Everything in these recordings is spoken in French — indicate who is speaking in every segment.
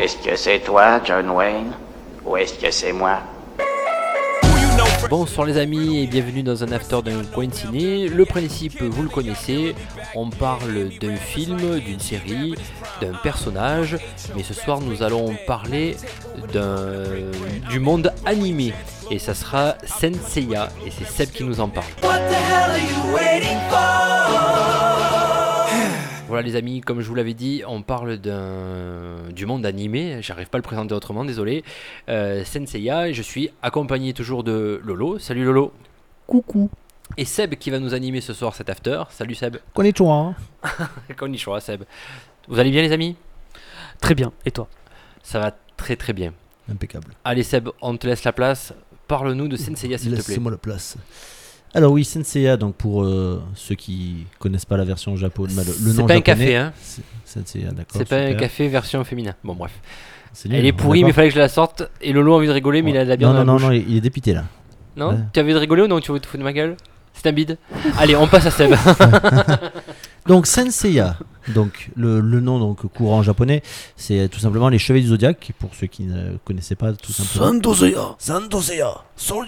Speaker 1: Est-ce que c'est toi, John Wayne Ou est-ce que c'est moi
Speaker 2: Bonsoir les amis et bienvenue dans un after d'un coin ciné. Le principe, vous le connaissez, on parle d'un film, d'une série, d'un personnage, mais ce soir nous allons parler d'un- du monde animé. Et ça sera Senseiya, et c'est Seb qui nous en parle. Voilà les amis, comme je vous l'avais dit, on parle d'un du monde animé, j'arrive pas à le présenter autrement, désolé. Euh, Senseiya, et je suis accompagné toujours de Lolo. Salut Lolo.
Speaker 3: Coucou.
Speaker 2: Et Seb qui va nous animer ce soir cet after. Salut Seb.
Speaker 3: Konnichiwa. hein.
Speaker 2: Konnichiwa Seb. Vous allez bien les amis
Speaker 4: Très bien, et toi
Speaker 2: Ça va très très bien.
Speaker 3: Impeccable.
Speaker 2: Allez Seb, on te laisse la place. Parle-nous de Senseiya s'il te plaît.
Speaker 3: Laisse-moi la place. Alors oui, Senseiya, donc pour euh, ceux qui connaissent pas la version japonaise, le, le
Speaker 2: C'est
Speaker 3: nom
Speaker 2: pas un
Speaker 3: japonais,
Speaker 2: café hein.
Speaker 3: c'est- Senseiya, d'accord.
Speaker 2: C'est pas un
Speaker 3: super.
Speaker 2: café version féminin. Bon bref.
Speaker 3: C'est nul,
Speaker 2: Elle est
Speaker 3: on
Speaker 2: pourrie mais
Speaker 3: d'accord
Speaker 2: il fallait que je la sorte et Lolo a envie de rigoler mais il a de la bière
Speaker 3: non,
Speaker 2: dans
Speaker 3: non,
Speaker 2: la
Speaker 3: non,
Speaker 2: bouche.
Speaker 3: non, il est dépité là.
Speaker 2: Non,
Speaker 3: Ouais.
Speaker 2: Tu avais de rigoler ou non Tu veux te foutre de ma gueule C'est un bide Allez, on passe à Seb.
Speaker 3: Donc Senseiya, donc le, le nom donc courant japonais, c'est tout simplement les chevaliers du zodiaque pour ceux qui ne connaissaient pas tout simplement.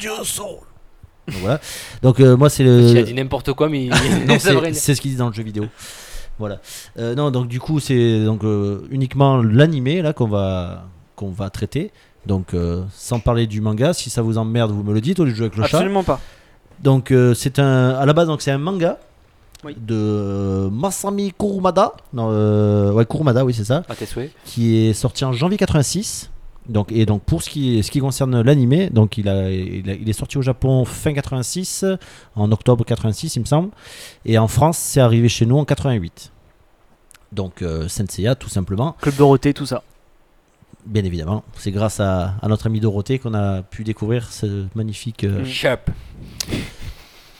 Speaker 3: Donc, voilà. Donc euh, moi c'est le
Speaker 2: Il a Bah, dit n'importe quoi mais il- ça
Speaker 3: Non, c'est
Speaker 2: brûle.
Speaker 3: c'est ce qu'il dit dans le jeu vidéo. Voilà. Euh, non, donc du coup, c'est donc euh, uniquement l'animé là qu'on va qu'on va traiter. Donc euh, sans parler du manga, si ça vous emmerde, vous me le dites au lieu de jouer avec le chat.
Speaker 4: Absolument pas.
Speaker 3: Donc euh, c'est un à la base donc c'est un manga
Speaker 4: Oui.
Speaker 3: de euh, Masami Kurumada. Non, euh, ouais Kurumada, oui c'est ça,
Speaker 2: À tes souhaits.
Speaker 3: qui est sorti en janvier 86. Donc, et donc pour ce qui, ce qui concerne l'animé, donc il, a, il, a- il est sorti au Japon fin 86, en octobre 86 il me semble, et en France c'est arrivé chez nous en 88. Donc euh, Senseiya tout simplement,
Speaker 4: Club Dorothée, tout ça.
Speaker 3: bien évidemment, c'est grâce à, à notre ami Dorothée qu'on a pu découvrir ce magnifique... euh,
Speaker 4: Mm.
Speaker 2: Sharp.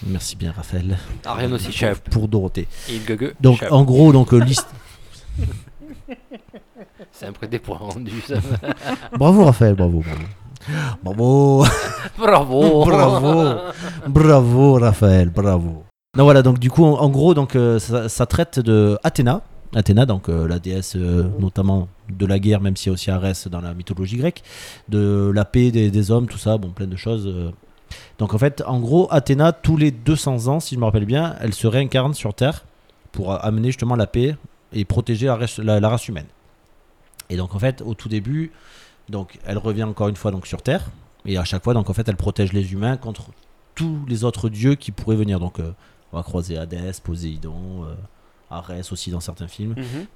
Speaker 3: Merci bien Raphaël.
Speaker 2: Ariane aussi sharp.
Speaker 3: Pour Dorothée.
Speaker 2: Et il gueule.
Speaker 3: Donc
Speaker 2: Sharp.
Speaker 3: en gros, donc euh, liste...
Speaker 2: C'est un prêté pour rendu. ça.
Speaker 3: bravo Raphaël, bravo. Bravo. bravo.
Speaker 2: Bravo.
Speaker 3: Bravo, bravo Raphaël, bravo. Non voilà donc du coup en, en gros donc euh, ça, ça traite de Athéna, Athéna donc euh, la déesse euh, notamment de la guerre même s'il y a aussi Arès dans la mythologie grecque, de la paix des, des hommes tout ça bon plein de choses. euh. Donc en fait en gros Athéna tous les 200 ans si je me rappelle bien elle se réincarne sur Terre pour euh, amener justement la paix et protéger la race, la- la race humaine. Et donc en fait au tout début donc elle revient encore une fois donc sur Terre et à chaque fois, donc en fait, elle protège les humains contre tous les autres dieux qui pourraient venir. Donc, euh, on va croiser Hadès, Poséidon, euh, Arès aussi dans certains films.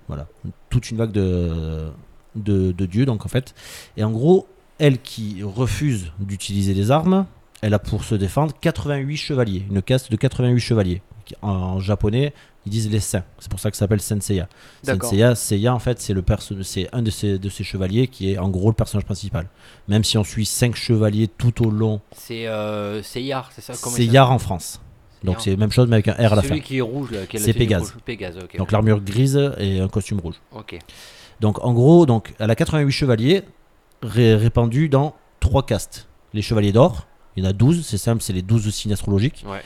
Speaker 3: Voilà, toute une vague de, de, de dieux, donc en fait. Et en gros, elle qui refuse d'utiliser les armes, elle a pour se défendre 88 chevaliers, une caste de 88 chevaliers. Qui- En, en japonais, ils disent les saints. C'est pour ça que ça s'appelle Senseiya.
Speaker 4: D'accord.
Speaker 3: Senseiya, Seiya, en fait, c'est le perso- c'est un de ces, de ces chevaliers qui est en gros le personnage principal. Même si on suit cinq chevaliers tout au long,
Speaker 2: C'est euh, c'est Yar, c'est ça comment
Speaker 3: c'est
Speaker 2: il
Speaker 3: Yar en France.
Speaker 2: s'appelle
Speaker 3: Donc c'est
Speaker 2: Yar.
Speaker 3: la même chose mais avec un R à la fin.
Speaker 2: Celui qui est rouge là. qui a la
Speaker 3: C'est
Speaker 2: tenue
Speaker 3: Pégase.
Speaker 2: rouge. Pégase, ok.
Speaker 3: Donc l'armure grise et un costume rouge.
Speaker 2: Ok.
Speaker 3: Donc en gros, donc, elle a 88 chevaliers ré- répandus dans trois castes. Les chevaliers d'or, il y en a 12, c'est simple, c'est les 12 signes astrologiques.
Speaker 2: Ouais.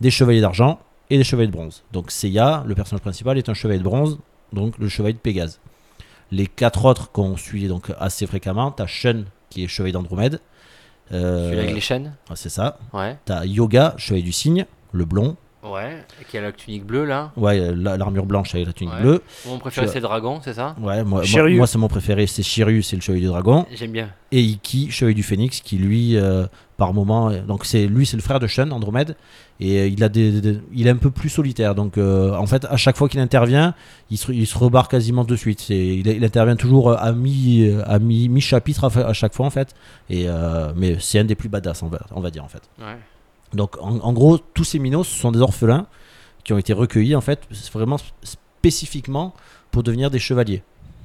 Speaker 3: Des chevaliers d'argent et des chevaliers de bronze. Donc Seiya, le personnage principal, est un chevalier de bronze, donc le chevalier de Pégase. Les quatre autres qu'on suit donc assez fréquemment, t'as Shun qui est chevalier d'Andromède. Euh,
Speaker 2: Celui avec les chaînes.
Speaker 3: ah, c'est ça.
Speaker 2: Ouais.
Speaker 3: T'as Yoga, chevalier du cygne, le blond.
Speaker 2: Ouais. Et qui a la tunique bleue là.
Speaker 3: Ouais, la- l'armure blanche avec la tunique
Speaker 2: Ouais.
Speaker 3: bleue.
Speaker 2: Mon préféré
Speaker 3: Tu as-
Speaker 2: c'est Dragon, c'est ça
Speaker 3: Ouais, moi, moi,
Speaker 4: Shiryu.
Speaker 3: moi, c'est mon préféré, c'est Shiryu, c'est le chevalier du dragon.
Speaker 2: J'aime bien.
Speaker 3: et Iki, chevalier du phénix, qui lui, euh, par moment, euh, donc c'est lui, c'est le frère de Shun, Andromède, et euh, il a des, des- il est un peu plus solitaire. Donc euh, en fait, à chaque fois qu'il intervient, il se, il se rebarre quasiment de suite. C'est- Il, il intervient toujours euh, à mi, euh, à mi, mi chapitre à, fa- à chaque fois en fait. Et euh, mais c'est un des plus badass, on va, on va dire en fait.
Speaker 2: Ouais.
Speaker 3: Donc en, en gros, tous ces minots, ce sont des orphelins qui ont été recueillis en fait s- vraiment sp- spécifiquement pour devenir des chevaliers.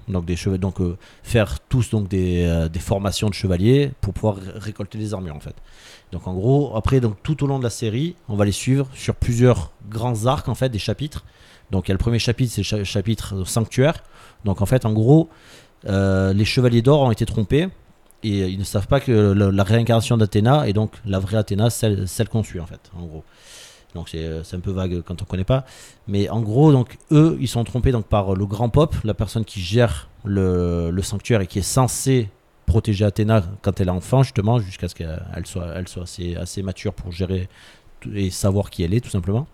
Speaker 3: Donc, des cheva- donc euh, faire tous donc des, euh, des formations de chevaliers pour pouvoir ré- récolter les armures en fait. Donc en gros, après donc tout au long de la série, on va les suivre sur plusieurs grands arcs en fait des chapitres. Donc il y a le premier chapitre, c'est le cha- chapitre euh, sanctuaire. Donc en fait, en gros, euh, les chevaliers d'or ont été trompés et euh, ils ne savent pas que le- la réincarnation d'Athéna est donc la vraie Athéna, celle, celle qu'on suit en fait, en gros. Donc c'est euh, c'est un peu vague quand on connaît pas. Mais en gros, donc eux, ils sont trompés donc par le grand pop, la personne qui gère le, le sanctuaire et qui est censée protéger Athéna quand elle est enfant, justement, jusqu'à ce qu'elle elle soit, elle soit assez, assez mature pour gérer tout- et savoir qui elle est, tout simplement.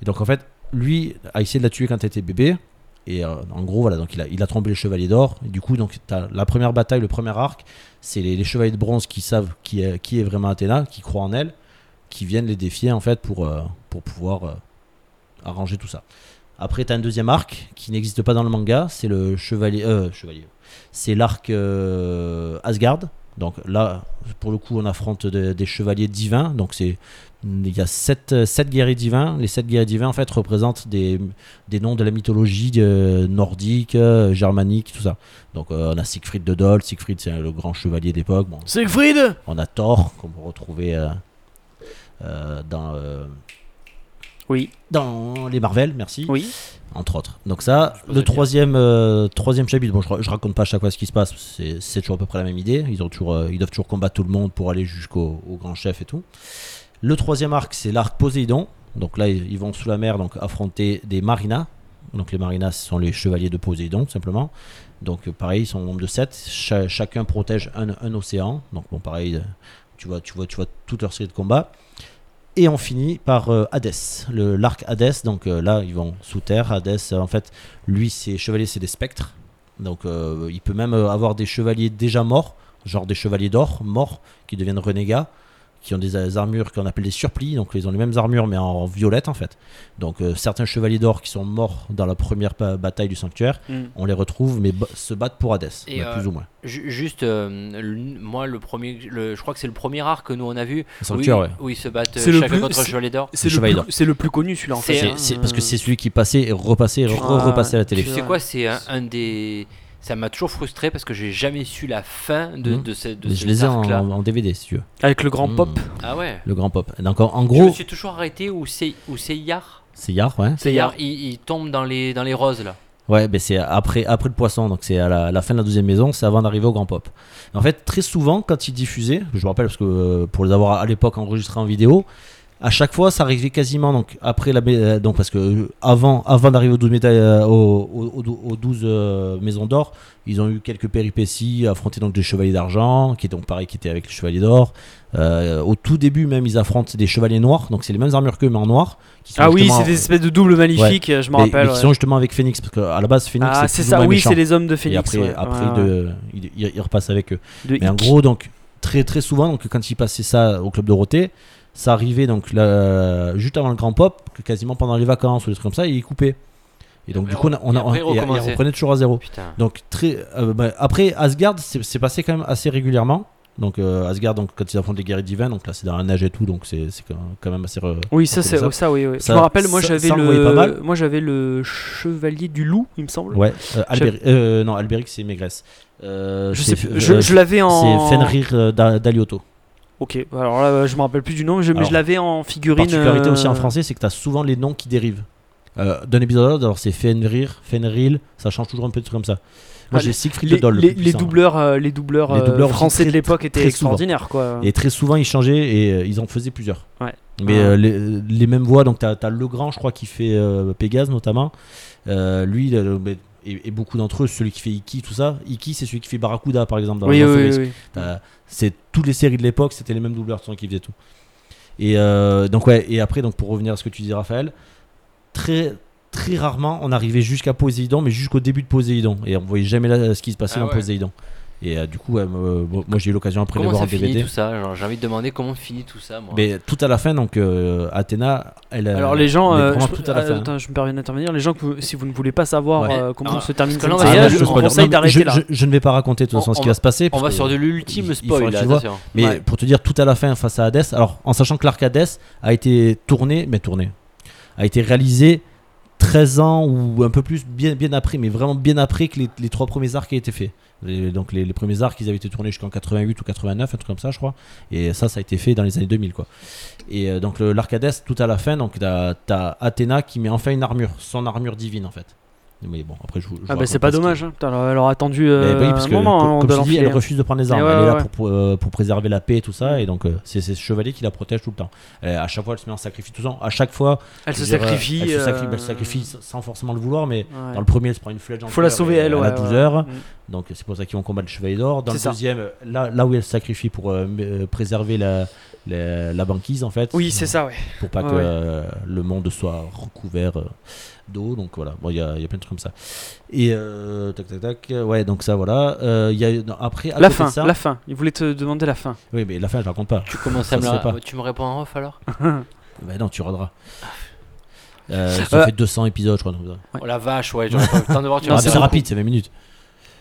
Speaker 3: Et donc en fait, lui a essayé de la tuer quand elle était bébé. Et euh, en gros, voilà, donc il a, il a trompé les chevaliers d'or. Et Du coup, donc t'as la première bataille, le premier arc, c'est les, les chevaliers de bronze qui savent qui est, qui est vraiment Athéna, qui croient en elle, qui viennent les défier en fait pour, euh, pour pouvoir euh, arranger tout ça. Après, t'as un deuxième arc qui n'existe pas dans le manga, c'est le chevalier, euh, chevalier. C'est l'arc euh, Asgard. Donc là, pour le coup, on affronte de- des chevaliers divins. Donc c'est, il y a sept, sept guerriers divins. Les sept guerriers divins en fait représentent des, des noms de la mythologie euh, nordique, euh, germanique, tout ça. Donc euh, on a Siegfried de Dol, Siegfried c'est le grand chevalier d'époque. Bon,
Speaker 4: Siegfried
Speaker 3: on a Thor qu'on peut retrouver euh, euh, dans, euh,
Speaker 4: Oui,
Speaker 3: dans les Marvel, merci,
Speaker 4: oui.
Speaker 3: entre autres. Donc ça,
Speaker 2: Je peux
Speaker 3: le
Speaker 2: te dire.
Speaker 3: troisième, euh, troisième chapitre, bon je, ra- je raconte pas à chaque fois ce qui se passe, c'est c'est toujours à peu près la même idée, ils, ont toujours, euh, ils doivent toujours combattre tout le monde pour aller jusqu'au au grand chef et tout. Le troisième arc, c'est l'arc Poséidon, donc là ils ils vont sous la mer donc affronter des marinas, donc les marinas ce sont les chevaliers de Poséidon tout simplement. Donc euh, pareil, ils sont au nombre de 7. chacun protège un, un océan. Donc bon, pareil, euh, tu vois, tu vois, tu vois toute leur série de combats. Et on finit par euh, Hadès, le l'arc Hadès. Donc euh, là, ils vont sous terre. Hadès, euh, en fait, lui, c'est chevalier, c'est des spectres. Donc euh, il peut même euh, avoir des chevaliers déjà morts, genre des chevaliers d'or morts, qui deviennent renégats, qui ont des, euh, armures qu'on appelle des surplis. Donc ils ont les mêmes armures, mais en, violette en fait. Donc euh, certains chevaliers d'or qui sont morts dans la première pa- bataille du sanctuaire on les retrouve, mais ba- se battent pour Hades,
Speaker 2: Mm. Et,
Speaker 3: bah,
Speaker 2: euh,
Speaker 3: plus ou moins.
Speaker 2: Ju- Juste, euh, le- moi, le premier, le- je crois que c'est le premier arc que nous on a vu.
Speaker 3: Sanctuaire,
Speaker 2: où,
Speaker 3: ouais.
Speaker 2: ils- où ils se battent euh,
Speaker 4: C'est le
Speaker 2: chacun
Speaker 4: plus-
Speaker 2: contre le
Speaker 4: c'est-
Speaker 2: chevalier d'or.
Speaker 4: C'est le,
Speaker 3: Chevalier
Speaker 4: plus-
Speaker 3: d'or.
Speaker 4: c'est le plus connu celui-là en
Speaker 2: C'est-
Speaker 4: fait.
Speaker 3: C'est-
Speaker 4: hein.
Speaker 3: c'est- parce que c'est celui qui passait et repassait et re-
Speaker 4: Ah,
Speaker 3: repassait à la télé.
Speaker 2: Tu
Speaker 4: C'est
Speaker 2: sais
Speaker 4: vrai.
Speaker 2: quoi, c'est un, un des. Ça m'a toujours frustré parce que j'ai jamais su la fin de,
Speaker 3: Mhm.
Speaker 2: de, ce, de
Speaker 3: Mais
Speaker 2: ces
Speaker 3: je les ai en,
Speaker 2: arcs-là.
Speaker 3: en DVD si tu veux.
Speaker 4: Avec le grand
Speaker 3: Mm.
Speaker 4: pop.
Speaker 2: Ah ouais.
Speaker 3: Le grand pop. Donc en, en
Speaker 2: Je me
Speaker 3: gros,
Speaker 2: suis toujours arrêté où c'est où c'est Yar.
Speaker 3: c'est Yar, ouais.
Speaker 4: C'est Yar.
Speaker 2: il, il tombe dans les dans les roses là.
Speaker 3: Ouais, ben c'est après, après le poisson, donc c'est à la, la fin de la deuxième maison, c'est avant d'arriver au grand pop. En fait, très souvent, quand ils diffusaient, je me rappelle parce que euh, pour les avoir à l'époque enregistrés en vidéo, à chaque fois, ça arrivait quasiment donc après la mai- euh, donc parce que euh, avant avant d'arriver aux 12 médailles euh, aux, aux- aux dou- aux 12 euh, maisons d'or, ils ont eu quelques péripéties, affronté donc des chevaliers d'argent qui est donc pareil qui était avec les chevaliers d'or. Euh, au tout début même, ils affrontent des chevaliers noirs, donc c'est les mêmes armures qu'eux mais en noir. qui sont
Speaker 4: Ah oui,
Speaker 3: justement-
Speaker 4: c'est des espèces de doubles magnifiques, je m'en
Speaker 3: mais- mais
Speaker 4: rappelle.
Speaker 3: qui
Speaker 4: ouais.
Speaker 3: sont justement avec Phoenix parce qu'à la base Phoenix
Speaker 4: Ah, c'est
Speaker 3: c'est plus ou
Speaker 4: ça,
Speaker 3: moins
Speaker 4: oui,
Speaker 3: méchant.
Speaker 4: c'est les hommes de
Speaker 3: et
Speaker 4: Phoenix.
Speaker 3: après,
Speaker 4: ouais.
Speaker 3: après
Speaker 4: Ouais,
Speaker 3: de, il, il- il repasse avec eux.
Speaker 4: de
Speaker 3: Mais en
Speaker 4: Hick.
Speaker 3: gros, donc, très très souvent, donc, quand il passait ça au club Dorothée, ça arrivait donc là, juste avant le grand pop, que quasiment pendant les vacances ou des trucs comme ça, il est coupé. Et donc,
Speaker 2: Et
Speaker 3: du
Speaker 2: après,
Speaker 3: coup, on a- on, a-
Speaker 2: et après, il
Speaker 3: et- et
Speaker 2: recommençait.
Speaker 3: il reprenait toujours à zéro.
Speaker 2: Putain.
Speaker 3: Donc très euh, bah, après Asgard c'est c'est passé quand même assez régulièrement. Donc euh, Asgard donc quand ils affrontent les guerriers divins donc là c'est dans un âge et tout donc c'est c'est quand quand même assez re-
Speaker 4: Oui, ça c'est
Speaker 3: ça.
Speaker 4: ça, oui, oui.
Speaker 3: Ça-
Speaker 4: je me rappelle, moi
Speaker 3: ça-
Speaker 4: j'avais
Speaker 3: ça, on voyait
Speaker 4: le,
Speaker 3: pas mal.
Speaker 4: moi j'avais le chevalier du loup, il me semble.
Speaker 3: ouais Euh, Alberic euh, non Alberic c'est Maigresse. Euh,
Speaker 4: je
Speaker 3: c'est-
Speaker 4: sais plus,
Speaker 3: euh,
Speaker 4: je, je l'avais en.
Speaker 3: C'est Fenrir euh, Da- d'Alioto.
Speaker 4: Ok, bah, alors là je me rappelle plus du nom, mais je, mais
Speaker 3: Alors,
Speaker 4: je l'avais en
Speaker 3: La
Speaker 4: figurine.
Speaker 3: particularité aussi en
Speaker 4: euh,
Speaker 3: français, c'est que tu as souvent les noms qui dérivent. Euh, D'un épisode à l'autre, alors c'est Fenrir, Fenril, ça change toujours un peu de trucs comme ça.
Speaker 4: Ah,
Speaker 3: Moi j'ai Siegfried
Speaker 4: Les,
Speaker 3: de Dol. le
Speaker 4: les-
Speaker 3: plus
Speaker 4: les
Speaker 3: puissant.
Speaker 4: doubleurs, euh, les doubleurs,
Speaker 3: Les
Speaker 4: euh,
Speaker 3: doubleurs aussi,
Speaker 4: français de
Speaker 3: très-
Speaker 4: l'époque étaient
Speaker 3: très souvent.
Speaker 4: extraordinaires, quoi.
Speaker 3: Et très souvent ils changeaient et euh, ils en faisaient plusieurs.
Speaker 4: hein. Ouais.
Speaker 3: Mais
Speaker 4: Ah.
Speaker 3: euh, les, les mêmes voix, donc tu as, Legrand, je crois, qui fait euh, Pégase notamment. Euh, lui, il a le- mais- et, et beaucoup d'entre eux, celui qui fait Iki, tout ça. Iki, c'est celui qui fait Barracuda par exemple. Dans
Speaker 4: oui,
Speaker 3: dans
Speaker 4: oui,
Speaker 3: Fenris.
Speaker 4: oui, oui.
Speaker 3: T'as- Euh, C'est toutes les séries de l'époque, c'était les mêmes doubleurs tout le temps, qui faisaient tout. Et euh, donc ouais, et après donc pour revenir à ce que tu dis Raphaël, très très rarement on arrivait jusqu'à Poséidon, mais jusqu'au début de Poséidon et on voyait jamais là, ce qui se passait
Speaker 2: Ah
Speaker 3: dans
Speaker 2: ouais.
Speaker 3: Poséidon. Et euh, du coup, ouais, moi, moi, j'ai eu l'occasion après de les
Speaker 2: Comment
Speaker 3: voir en
Speaker 2: ça finit
Speaker 3: DVD.
Speaker 2: tout ça Genre, J'ai envie de demander comment finit tout ça moi.
Speaker 3: Mais tout à la fin, donc euh, Athéna, elle. euh,
Speaker 4: Alors les gens,
Speaker 3: elle est
Speaker 4: euh,
Speaker 3: vraiment
Speaker 4: je,
Speaker 3: tout à la
Speaker 4: euh,
Speaker 3: fin.
Speaker 4: attends, je me permets d'intervenir. Les gens, que vous- si vous ne voulez pas savoir
Speaker 3: Ouais.
Speaker 4: euh, comment
Speaker 2: Ah,
Speaker 4: se termine
Speaker 2: parce que là,
Speaker 4: cette
Speaker 2: on va dire,
Speaker 3: Ah,
Speaker 4: saga,
Speaker 3: là,
Speaker 2: je
Speaker 4: je
Speaker 2: te
Speaker 4: vous
Speaker 2: spoil.
Speaker 4: conseille
Speaker 3: Non, mais
Speaker 4: d'arrêter
Speaker 3: je,
Speaker 4: là.
Speaker 3: je- je ne vais pas raconter de toute
Speaker 2: On-
Speaker 3: façon ce
Speaker 2: on
Speaker 3: qui va se passer.
Speaker 2: On
Speaker 3: parce
Speaker 2: va
Speaker 3: que-
Speaker 2: sur de
Speaker 3: il-
Speaker 2: l'ultime
Speaker 3: il
Speaker 2: spoil
Speaker 3: faudrait que
Speaker 2: là,
Speaker 3: tu vois.
Speaker 2: attention.
Speaker 3: Mais
Speaker 4: Ouais.
Speaker 3: pour te dire, tout à la fin, face à Hades, alors en sachant que l'arc Hades a été tourné, mais tourné, a été réalisé 13 ans ou un peu plus, bien, bien après, mais vraiment bien après que les, les trois premiers arcs aient été faits. Les- donc les, les premiers arcs, ils avaient été tournés jusqu'en 88 ou 89, un truc comme ça, je crois. Et ça, ça a été fait dans les années 2000, quoi. Et euh, donc le- l'arc Hades, tout à la fin, donc t'as t'as Athéna qui met enfin une armure, son armure divine en fait. Mais bon, après, je vous. je vous
Speaker 4: Ah bah
Speaker 3: raconte
Speaker 4: c'est pas
Speaker 3: ce qui-
Speaker 4: dommage, hein. Putain, elle aurait- elle aurait attendu
Speaker 3: Mais
Speaker 4: euh,
Speaker 3: oui, parce
Speaker 4: un
Speaker 3: que,
Speaker 4: moment
Speaker 3: co-
Speaker 4: hein,
Speaker 3: comme
Speaker 4: de
Speaker 3: je dis, elle
Speaker 4: l'enfiler.
Speaker 3: refuse de prendre les armes.
Speaker 4: Mais ouais,
Speaker 3: elle est là
Speaker 4: ouais,
Speaker 3: pour, pour, euh, pour préserver la paix et tout ça. Et donc, euh, c'est c'est ce chevalier qui la protège tout le temps. Elle- à chaque fois, elle se met en sacrifice tout le temps. À chaque fois,
Speaker 4: Elle
Speaker 3: je
Speaker 4: se
Speaker 3: veux dire, euh,
Speaker 4: sacrifie.
Speaker 3: Elle se sacrifie,
Speaker 4: euh,
Speaker 3: elle se sacrifie sans- sans forcément le vouloir, mais
Speaker 4: ouais.
Speaker 3: dans le premier, elle se prend une flèche dans le
Speaker 4: Faut la
Speaker 3: cœur,
Speaker 4: sauver
Speaker 3: et
Speaker 4: elle, ouais.
Speaker 3: a 12 heures.
Speaker 4: ouais.
Speaker 3: Donc c'est pour ça qu'ils vont combattre le Chevalier d'Or. Dans le
Speaker 4: C'est ça.
Speaker 3: deuxième, là, là où elle se sacrifie pour euh, m- euh, préserver la, la, la banquise en fait.
Speaker 4: Oui, c'est ça, ouais.
Speaker 3: Pour pas
Speaker 4: Ouais,
Speaker 3: que
Speaker 4: ouais.
Speaker 3: euh, le monde soit recouvert euh, d'eau. Donc voilà, Bon, il y, a, il y a plein de trucs comme ça. Et euh, tac tac tac. euh, Ouais, donc ça voilà. Euh, Il y a eu- non, après à
Speaker 4: La
Speaker 3: côté
Speaker 4: fin,
Speaker 3: de ça-
Speaker 4: la fin. Il voulait te demander la fin.
Speaker 3: Oui, mais la fin je la raconte pas.
Speaker 2: Tu commences à
Speaker 3: Ça
Speaker 2: me
Speaker 3: se
Speaker 2: la-
Speaker 3: fait pas.
Speaker 2: Tu me réponds en off alors
Speaker 3: Bah non, tu rôderas. Euh, ça
Speaker 4: Euh,
Speaker 3: fait 200 épisodes, je crois. donc, euh,
Speaker 4: Ouais.
Speaker 2: Oh la vache, ouais, j'aurais pas eu le temps de voir. Tu
Speaker 4: Non,
Speaker 2: m'as
Speaker 3: Ah,
Speaker 4: c'est
Speaker 3: c'est
Speaker 2: fait-
Speaker 4: vrai.
Speaker 3: rapide, c'est 20 minutes.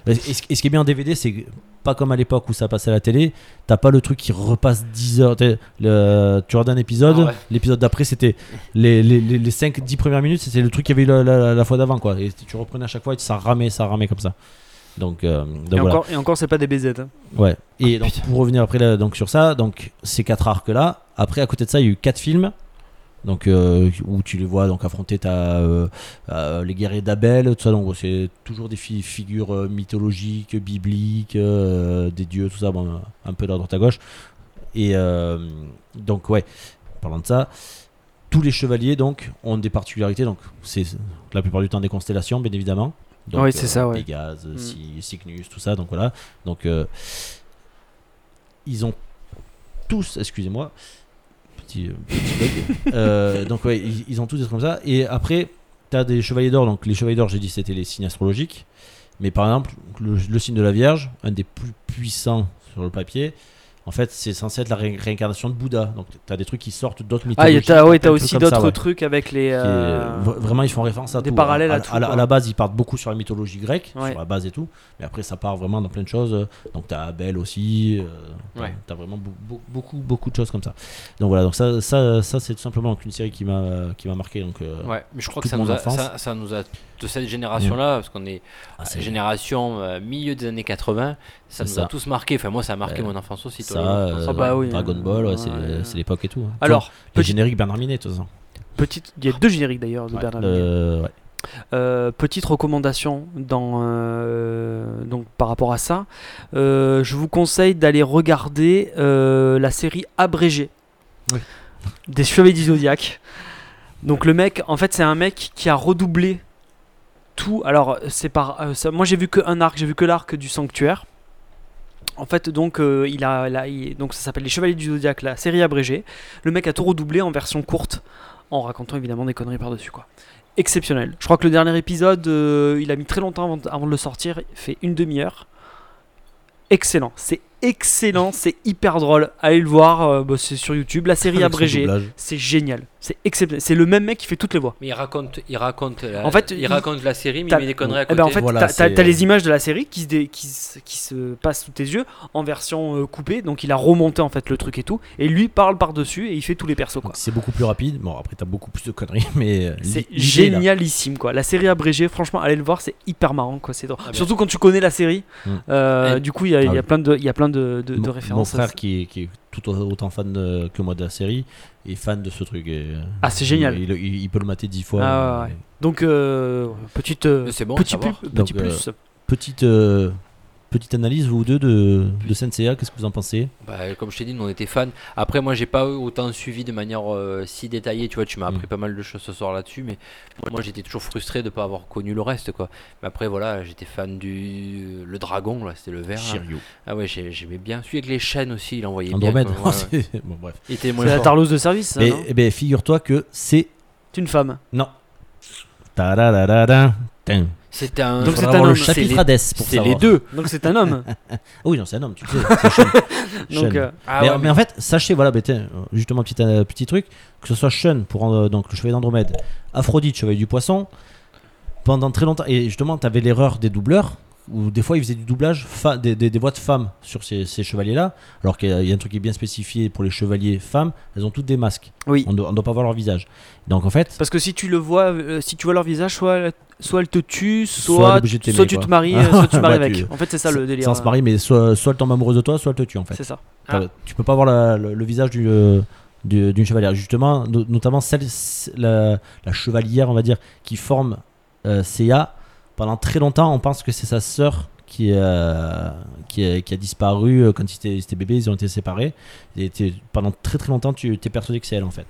Speaker 3: Et ce, et ce qui est bien en DVD, c'est que, pas comme à l'époque où ça passait à la télé, t'as pas le truc qui repasse 10 heures. T'es- le- tu regardes un épisode,
Speaker 2: Ah ouais.
Speaker 3: l'épisode d'après, c'était les, les, 5-10 premières minutes, c'était le truc qu'il y avait eu la, la- la fois d'avant. quoi. Et tu reprenais à chaque fois et ça ramait, ça ramait comme ça. Donc, euh, donc
Speaker 4: Et,
Speaker 3: voilà.
Speaker 4: encore, et encore, c'est pas des BZ. hein.
Speaker 3: Ouais. Et donc,
Speaker 2: Putain.
Speaker 3: pour revenir après là, donc, sur ça, donc, ces 4 arcs-là, après, à côté de ça, il y a eu 4 films. Donc, euh, où tu les vois donc affronter ta, euh, euh, les guerriers d'Abel, tout ça. Donc, c'est toujours des fi- figures euh, mythologiques, bibliques, euh, des dieux, tout ça. Bon, euh, un peu de droite à gauche. Et euh, donc, ouais, en parlant de ça, tous les chevaliers donc ont des particularités. Donc, c'est la plupart du temps des constellations, bien évidemment. Donc, euh,
Speaker 4: Oui, c'est ça, ouais.
Speaker 3: Pégase,
Speaker 4: Mm.
Speaker 3: Cy- Cygnus, tout ça. Donc, voilà. Donc, euh, ils ont tous, excusez-moi, petit, euh, petit bug. Euh, donc, ouais, ils, ils ont tous des trucs comme ça. Et après, tu as des chevaliers d'or. Donc, les chevaliers d'or, j'ai dit, c'était les signes astrologiques. Mais par exemple, le, le signe de la Vierge, un des plus puissants sur le papier, en fait, c'est censé être la ré- réincarnation de Bouddha. Donc, tu as des trucs qui sortent d'autres mythologies.
Speaker 4: Ah, il y a- t'as ouais,
Speaker 3: plein
Speaker 4: t'as
Speaker 3: de
Speaker 4: aussi
Speaker 3: trucs comme ça,
Speaker 4: d'autres
Speaker 3: ouais.
Speaker 4: trucs avec les.
Speaker 3: Qui est-
Speaker 4: euh,
Speaker 3: v- Vraiment, ils font référence à
Speaker 4: des
Speaker 3: tout.
Speaker 4: parallèles à
Speaker 3: la-
Speaker 4: tout,
Speaker 3: la,
Speaker 4: quoi.
Speaker 3: la base, ils partent beaucoup sur la mythologie grecque,
Speaker 4: Ouais.
Speaker 3: sur la base et tout. Mais après, ça part vraiment dans plein de choses. Donc, t'as Abel aussi. euh, t'as-
Speaker 2: Ouais.
Speaker 3: T'as vraiment beau- beau- beaucoup, beaucoup de choses comme ça. Donc voilà. Donc ça, ça, ça c'est tout simplement donc, une série qui m'a, qui m'a marqué. Donc, euh,
Speaker 2: Ouais, mais je crois que
Speaker 3: Toute
Speaker 2: ça
Speaker 3: mon
Speaker 2: nous, a,
Speaker 3: enfance. Mmh.
Speaker 2: ça, ça nous a de cette génération-là, parce qu'on est
Speaker 3: ah, c'est-
Speaker 2: euh, génération euh, milieu des années 80, ça
Speaker 3: C'est
Speaker 2: nous a
Speaker 3: ça.
Speaker 2: tous marqué. Enfin, moi, ça a marqué
Speaker 3: Euh,
Speaker 2: mon enfance aussi. toi,
Speaker 3: ça,
Speaker 2: mon enfance.
Speaker 3: euh,
Speaker 4: Ah bah oui,
Speaker 3: Dragon
Speaker 4: euh,
Speaker 3: Ball, ouais, c'est,
Speaker 4: ouais.
Speaker 3: c'est l'époque et tout. hein.
Speaker 4: Alors,
Speaker 3: le
Speaker 4: petit-
Speaker 3: générique Bernard Minet, de toute façon.
Speaker 4: petite, il y a deux génériques d'ailleurs de
Speaker 3: Ouais,
Speaker 4: Bernard Minet.
Speaker 3: le- ouais.
Speaker 4: Euh, petite recommandation dans, euh, donc, par rapport à ça, Euh, je vous conseille d'aller regarder euh, la série abrégée
Speaker 3: Oui.
Speaker 4: des Chevaliers du Zodiaque. Donc le mec, en fait, c'est un mec qui a redoublé tout. Alors c'est par, euh, ça- moi j'ai vu qu'un arc, j'ai vu que l'arc du Sanctuaire. En fait, donc, euh, il a, là, il- donc ça s'appelle Les Chevaliers du Zodiaque, la série abrégée. Le mec a tout redoublé en version courte, en racontant évidemment des conneries par-dessus, quoi exceptionnel. Je crois que le dernier épisode, euh, il a mis très longtemps avant de, avant de le sortir, il fait une demi-heure. Excellent, c'est excellent, c'est hyper drôle. Allez le voir, euh, bah, c'est sur YouTube, la série
Speaker 3: Avec son
Speaker 4: abrégée,
Speaker 3: doublage.
Speaker 4: c'est génial, c'est exceptionnel. C'est le même mec qui fait toutes les voix.
Speaker 2: Mais il raconte, il raconte, la,
Speaker 4: En fait,
Speaker 2: il,
Speaker 4: il-
Speaker 2: raconte la série, mais il
Speaker 4: t'as-
Speaker 2: met des conneries à
Speaker 4: Eh
Speaker 2: côté.
Speaker 4: ben, en fait,
Speaker 3: Voilà,
Speaker 4: t'as- t'as
Speaker 3: c'est-
Speaker 4: t'as les images de la série qui se, dé- qui, se, qui se passent sous tes yeux en version euh, coupée, donc il a remonté en fait le truc et tout, et lui parle par-dessus et il fait tous les persos quoi.
Speaker 3: Donc, c'est beaucoup plus rapide. Bon, après, t'as beaucoup plus de conneries, mais. euh,
Speaker 4: C'est
Speaker 3: l'idée, là.
Speaker 4: génialissime quoi. La série abrégée, franchement, allez le voir, c'est hyper marrant quoi. C'est drôle.
Speaker 2: Ah bien.
Speaker 4: Surtout quand tu connais la série.
Speaker 3: Mm.
Speaker 4: euh,
Speaker 2: Et-
Speaker 4: du coup, il y a, il y a
Speaker 3: Ah oui.
Speaker 4: plein de, il y a plein de, de- de
Speaker 3: Mon-
Speaker 4: références.
Speaker 3: Mon frère, qui est, qui est tout au- autant fan euh, que moi de la série, est fan de ce truc. et, euh,
Speaker 4: Ah, c'est génial.
Speaker 3: Il, il- il peut le mater dix fois.
Speaker 4: Ah,
Speaker 3: euh,
Speaker 4: ouais, ouais. Donc euh, petite, euh,
Speaker 2: Mais c'est bon à
Speaker 4: petit,
Speaker 2: savoir.
Speaker 4: pu- petit
Speaker 3: Donc, euh,
Speaker 4: plus.
Speaker 3: Petite, euh, petite analyse, vous deux, de, de Senseiya, qu'est-ce que vous en pensez
Speaker 2: Bah, comme je t'ai dit, nous on était fans. Après, moi j'ai pas autant suivi de manière euh, si détaillée. Tu vois, tu m'as
Speaker 3: Mm.
Speaker 2: appris pas mal de choses ce soir là-dessus, mais moi j'étais toujours frustré de pas avoir connu le reste quoi. Mais après, voilà, j'étais fan du le dragon là, c'était le vert. là.
Speaker 3: Shiryu.
Speaker 2: Ah ouais, j'ai- j'aimais bien. Celui avec les chaînes aussi, il envoyait
Speaker 3: Andromède.
Speaker 2: Eh bien. quoi. Ouais, ouais.
Speaker 3: C'est- bon, bref.
Speaker 2: Il était moins
Speaker 4: C'est la
Speaker 2: fort.
Speaker 4: tarlose de service. ça,
Speaker 3: Mais
Speaker 4: non
Speaker 3: eh ben, figure-toi que c'est.
Speaker 4: C'est une femme.
Speaker 3: Non. Ta-da-da-da-da. Tin.
Speaker 2: C'était un.
Speaker 4: Donc,
Speaker 3: Faudra
Speaker 4: c'est
Speaker 3: avoir
Speaker 4: un
Speaker 3: le
Speaker 4: homme.
Speaker 2: C'est les-
Speaker 3: chapitre Hades pour
Speaker 2: C'est les
Speaker 3: savoir.
Speaker 2: deux.
Speaker 4: Donc c'est un homme.
Speaker 3: Ah oui, non, c'est un homme, tu le sais. c'est Shun.
Speaker 4: Donc
Speaker 3: Shun.
Speaker 4: euh,
Speaker 2: Ah
Speaker 3: mais,
Speaker 2: ouais,
Speaker 3: mais en fait, sachez, voilà, bah, tiens, euh, justement, petit, euh, petit truc, que ce soit Shun pour euh, donc, le chevalier d'Andromède, Aphrodite, chevalier du poisson, pendant très longtemps, et justement, tu avais l'erreur des doubleurs, où des fois ils faisaient du doublage fa- des, des- des voix de femmes sur ces, ces chevaliers-là, alors qu'il y a- il y a un truc qui est bien spécifié pour les chevaliers femmes, elles ont toutes des masques,
Speaker 4: oui.
Speaker 3: on ne doit, on doit pas voir leur visage. Donc en fait,
Speaker 4: Parce que si tu le vois, euh, si tu vois leur visage, soit, elle- soit elle te tue,
Speaker 3: Soit
Speaker 4: soit,
Speaker 3: elle est obligée de
Speaker 4: tu,
Speaker 3: t'aimer,
Speaker 4: soit tu te
Speaker 3: quoi.
Speaker 4: maries, euh, soit tu te maries
Speaker 3: Bah, tu-
Speaker 4: avec. En fait, c'est ça le délire. hein.
Speaker 3: sans se marier, mais soit, soit elle tombe amoureuse de toi, soit elle te tue en fait.
Speaker 4: C'est ça.
Speaker 2: Ah.
Speaker 3: T'as- Tu peux pas voir la- le, le visage du, euh, du- d'une chevalière. Justement, no- notamment celle, la, la chevalière, on va dire, qui forme euh, Seiya, Pendant très longtemps, on pense que c'est sa sœur qui, euh, qui, a, qui a disparu euh, quand ils étaient, ils étaient bébés, ils ont été séparés. Et t'es- pendant très très longtemps, tu t'es persuadé que c'est elle en fait.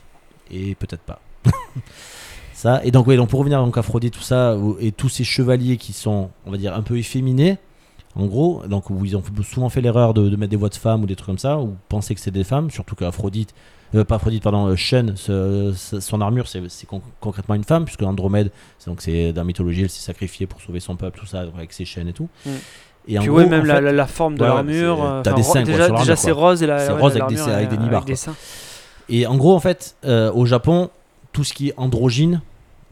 Speaker 3: Et peut-être pas. ça. Et donc, oui, donc pour revenir donc, à Aphrodite, tout ça, ou- et tous ces chevaliers qui sont, on va dire, un peu efféminés, en gros, donc où ils ont souvent fait l'erreur de, de mettre des voix de femmes ou des trucs comme ça, ou penser que c'est des femmes, surtout qu'Aphrodite, euh, pas Aphrodite, pardon, euh, Shen, ce- ce- son armure, c'est c'est con- concrètement une femme, puisque Andromède, c'est donc c'est dans la mythologie, elle s'est sacrifiée pour sauver son peuple, tout ça, donc avec ses chaînes et tout.
Speaker 4: Mm.
Speaker 3: Et en
Speaker 4: Puis
Speaker 3: gros,
Speaker 4: ouais, même
Speaker 3: en
Speaker 4: la,
Speaker 3: fait,
Speaker 4: la- la forme de
Speaker 3: ouais, ouais,
Speaker 4: l'armure.
Speaker 3: c'est-
Speaker 4: euh,
Speaker 3: t'as
Speaker 4: enfin,
Speaker 3: des seins, quoi,
Speaker 4: déjà,
Speaker 3: sur l'armure,
Speaker 4: déjà
Speaker 3: quoi.
Speaker 4: c'est rose et la.
Speaker 3: C'est
Speaker 4: ouais,
Speaker 3: rose avec
Speaker 4: l'armure,
Speaker 3: des- avec des
Speaker 4: euh,
Speaker 3: nibards,
Speaker 4: Avec des
Speaker 3: quoi.
Speaker 4: seins.
Speaker 3: Et en gros, en fait, euh, au Japon, tout ce qui est androgyne,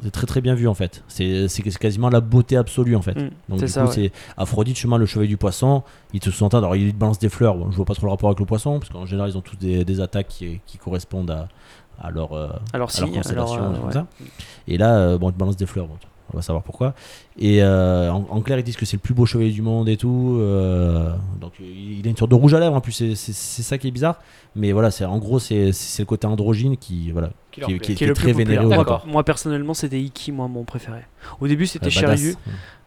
Speaker 3: c'est très très bien vu en fait. C'est c'est quasiment la beauté absolue en fait.
Speaker 4: Mm,
Speaker 3: Donc
Speaker 4: C'est
Speaker 3: du
Speaker 4: ça.
Speaker 3: coup,
Speaker 4: ouais.
Speaker 3: c'est Aphrodite, chemin, le chevalier du poisson. Ils te sous Alors, ils te balancent des fleurs. Bon, je vois pas trop le rapport avec le poisson, parce qu'en général, ils ont tous des, des attaques qui, qui correspondent à, à leur, euh,
Speaker 4: Alors
Speaker 3: à leur
Speaker 4: si. alors,
Speaker 3: constellation.
Speaker 4: euh,
Speaker 3: comme
Speaker 4: ouais.
Speaker 3: ça. Et là, euh, bon, ils te balancent des fleurs. Bon, on va savoir pourquoi. Et euh, en, en clair, ils disent que c'est le plus beau chevalier du monde et tout. euh, donc, il a une sorte de rouge à lèvres. En plus, c'est- c'est c'est ça qui est bizarre. Mais voilà, c'est en gros, c'est c'est le côté androgyne qui, voilà,
Speaker 5: Qui leur
Speaker 3: qui-
Speaker 5: plaît.
Speaker 3: qui-
Speaker 4: Qui est le
Speaker 3: très
Speaker 4: plus populaire.
Speaker 3: vénéré au
Speaker 4: Moi,
Speaker 3: Japon.
Speaker 4: Moi personnellement, c'était Iki, moi mon préféré. Au début, c'était
Speaker 3: euh, badass.
Speaker 4: Shiryu.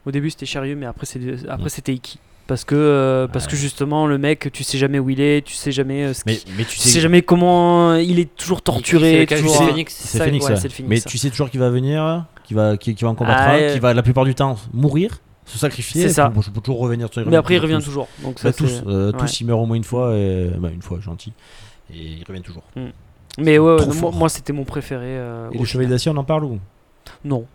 Speaker 4: Au début, c'était Shiryu, mais après, c'est- après c'était Iki. Parce que, euh, parce que justement, le mec, tu sais jamais où il est, tu sais jamais euh, ce
Speaker 3: Mais,
Speaker 4: qu'il-
Speaker 3: mais tu
Speaker 4: Tu sais
Speaker 3: sais,
Speaker 4: jamais comment il est toujours
Speaker 2: C'est le
Speaker 4: torturé.
Speaker 2: cas du
Speaker 4: toujours-
Speaker 2: Phoenix.
Speaker 3: C'est
Speaker 4: ça,
Speaker 3: Phoenix,
Speaker 4: ouais,
Speaker 3: ouais.
Speaker 4: c'est le Phoenix,
Speaker 3: Mais
Speaker 4: ça.
Speaker 3: tu sais toujours qu'il va venir, qu'il va, qui, va en combattre
Speaker 4: Ah,
Speaker 3: un,
Speaker 4: euh,
Speaker 3: qui va la plupart du temps mourir, se sacrifier.
Speaker 4: C'est
Speaker 3: et
Speaker 4: ça.
Speaker 3: puis, bon, je peux toujours revenir. sur-
Speaker 4: Mais après, il revient
Speaker 3: tous.
Speaker 4: toujours. Donc ça,
Speaker 3: Bah, tous,
Speaker 4: c'est-
Speaker 3: euh,
Speaker 4: ouais.
Speaker 3: tous, ils meurent au moins une fois, et, bah, une fois, gentil. Et ils reviennent toujours.
Speaker 4: Mais ouais, ouais,
Speaker 3: Trop
Speaker 4: non, moi,
Speaker 3: fort.
Speaker 4: moi, c'était mon préféré. euh,
Speaker 3: Et
Speaker 4: au
Speaker 3: les chevaliers
Speaker 4: final.
Speaker 3: d'acier, on en parle ou
Speaker 4: Non.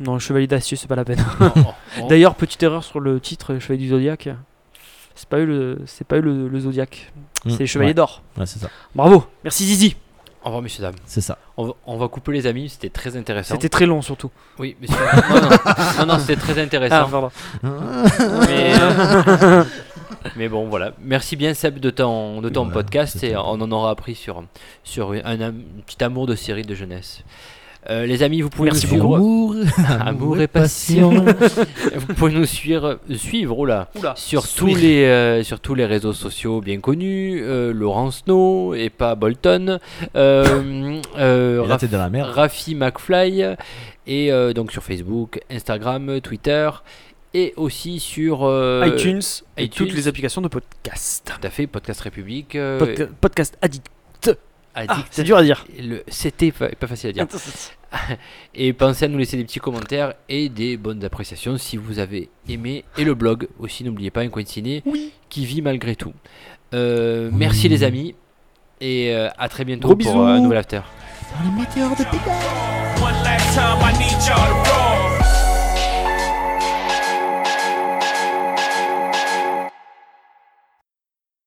Speaker 4: Non, le Chevalier d'acier, c'est pas la peine.
Speaker 5: Non, non, non.
Speaker 4: D'ailleurs, petite erreur sur le titre, le Chevalier du Zodiaque. C'est pas eu le, c'est pas eu le, le Zodiaque. C'est
Speaker 3: Mm,
Speaker 4: les Chevaliers
Speaker 3: ouais.
Speaker 4: d'Or.
Speaker 3: Ouais, c'est ça.
Speaker 4: Bravo. Merci Zizi.
Speaker 2: Au revoir, messieurs, dames.
Speaker 3: C'est ça.
Speaker 2: On va, on va couper les amis, c'était très intéressant.
Speaker 4: C'était très long surtout.
Speaker 2: Oui, mais c'est- non, non, non, non, c'était très
Speaker 4: Ah,
Speaker 2: intéressant.
Speaker 4: pardon.
Speaker 2: mais... euh, mais bon, voilà. Merci bien, Seb, de ton, de ton
Speaker 3: Ouais,
Speaker 2: podcast
Speaker 3: c'était-
Speaker 2: et on en aura appris sur, sur un, un petit amour de série de jeunesse. Euh, les amis, vous pouvez
Speaker 4: Merci
Speaker 2: nous suivre.
Speaker 3: Amour,
Speaker 2: Amour et passion. vous pouvez nous suivre, suivre là,
Speaker 4: Oula.
Speaker 2: sur tous les euh, sur tous les réseaux sociaux bien connus. euh, Laurent Snow et pas Bolton. Euh, euh,
Speaker 3: Et là, t'es dans la merde.
Speaker 2: Rafi McFly et euh, donc sur Facebook, Instagram, Twitter et aussi sur euh,
Speaker 4: iTunes et
Speaker 2: iTunes.
Speaker 4: toutes les applications de podcast.
Speaker 2: Tout à fait, Podcast République. euh,
Speaker 4: Podca- podcast addict. Ah,
Speaker 2: Addict.
Speaker 4: c'est dur à dire.
Speaker 2: Le c'était fa- pas facile à dire. Et pensez à nous laisser des petits commentaires et des bonnes appréciations si vous avez aimé. Et le blog aussi, n'oubliez pas, un coin de ciné qui vit malgré tout. Euh, Merci les amis et euh, à très bientôt
Speaker 4: Gros
Speaker 2: pour euh, un
Speaker 4: bisous.
Speaker 2: nouvel after.
Speaker 6: One last time, I need y'all to roll.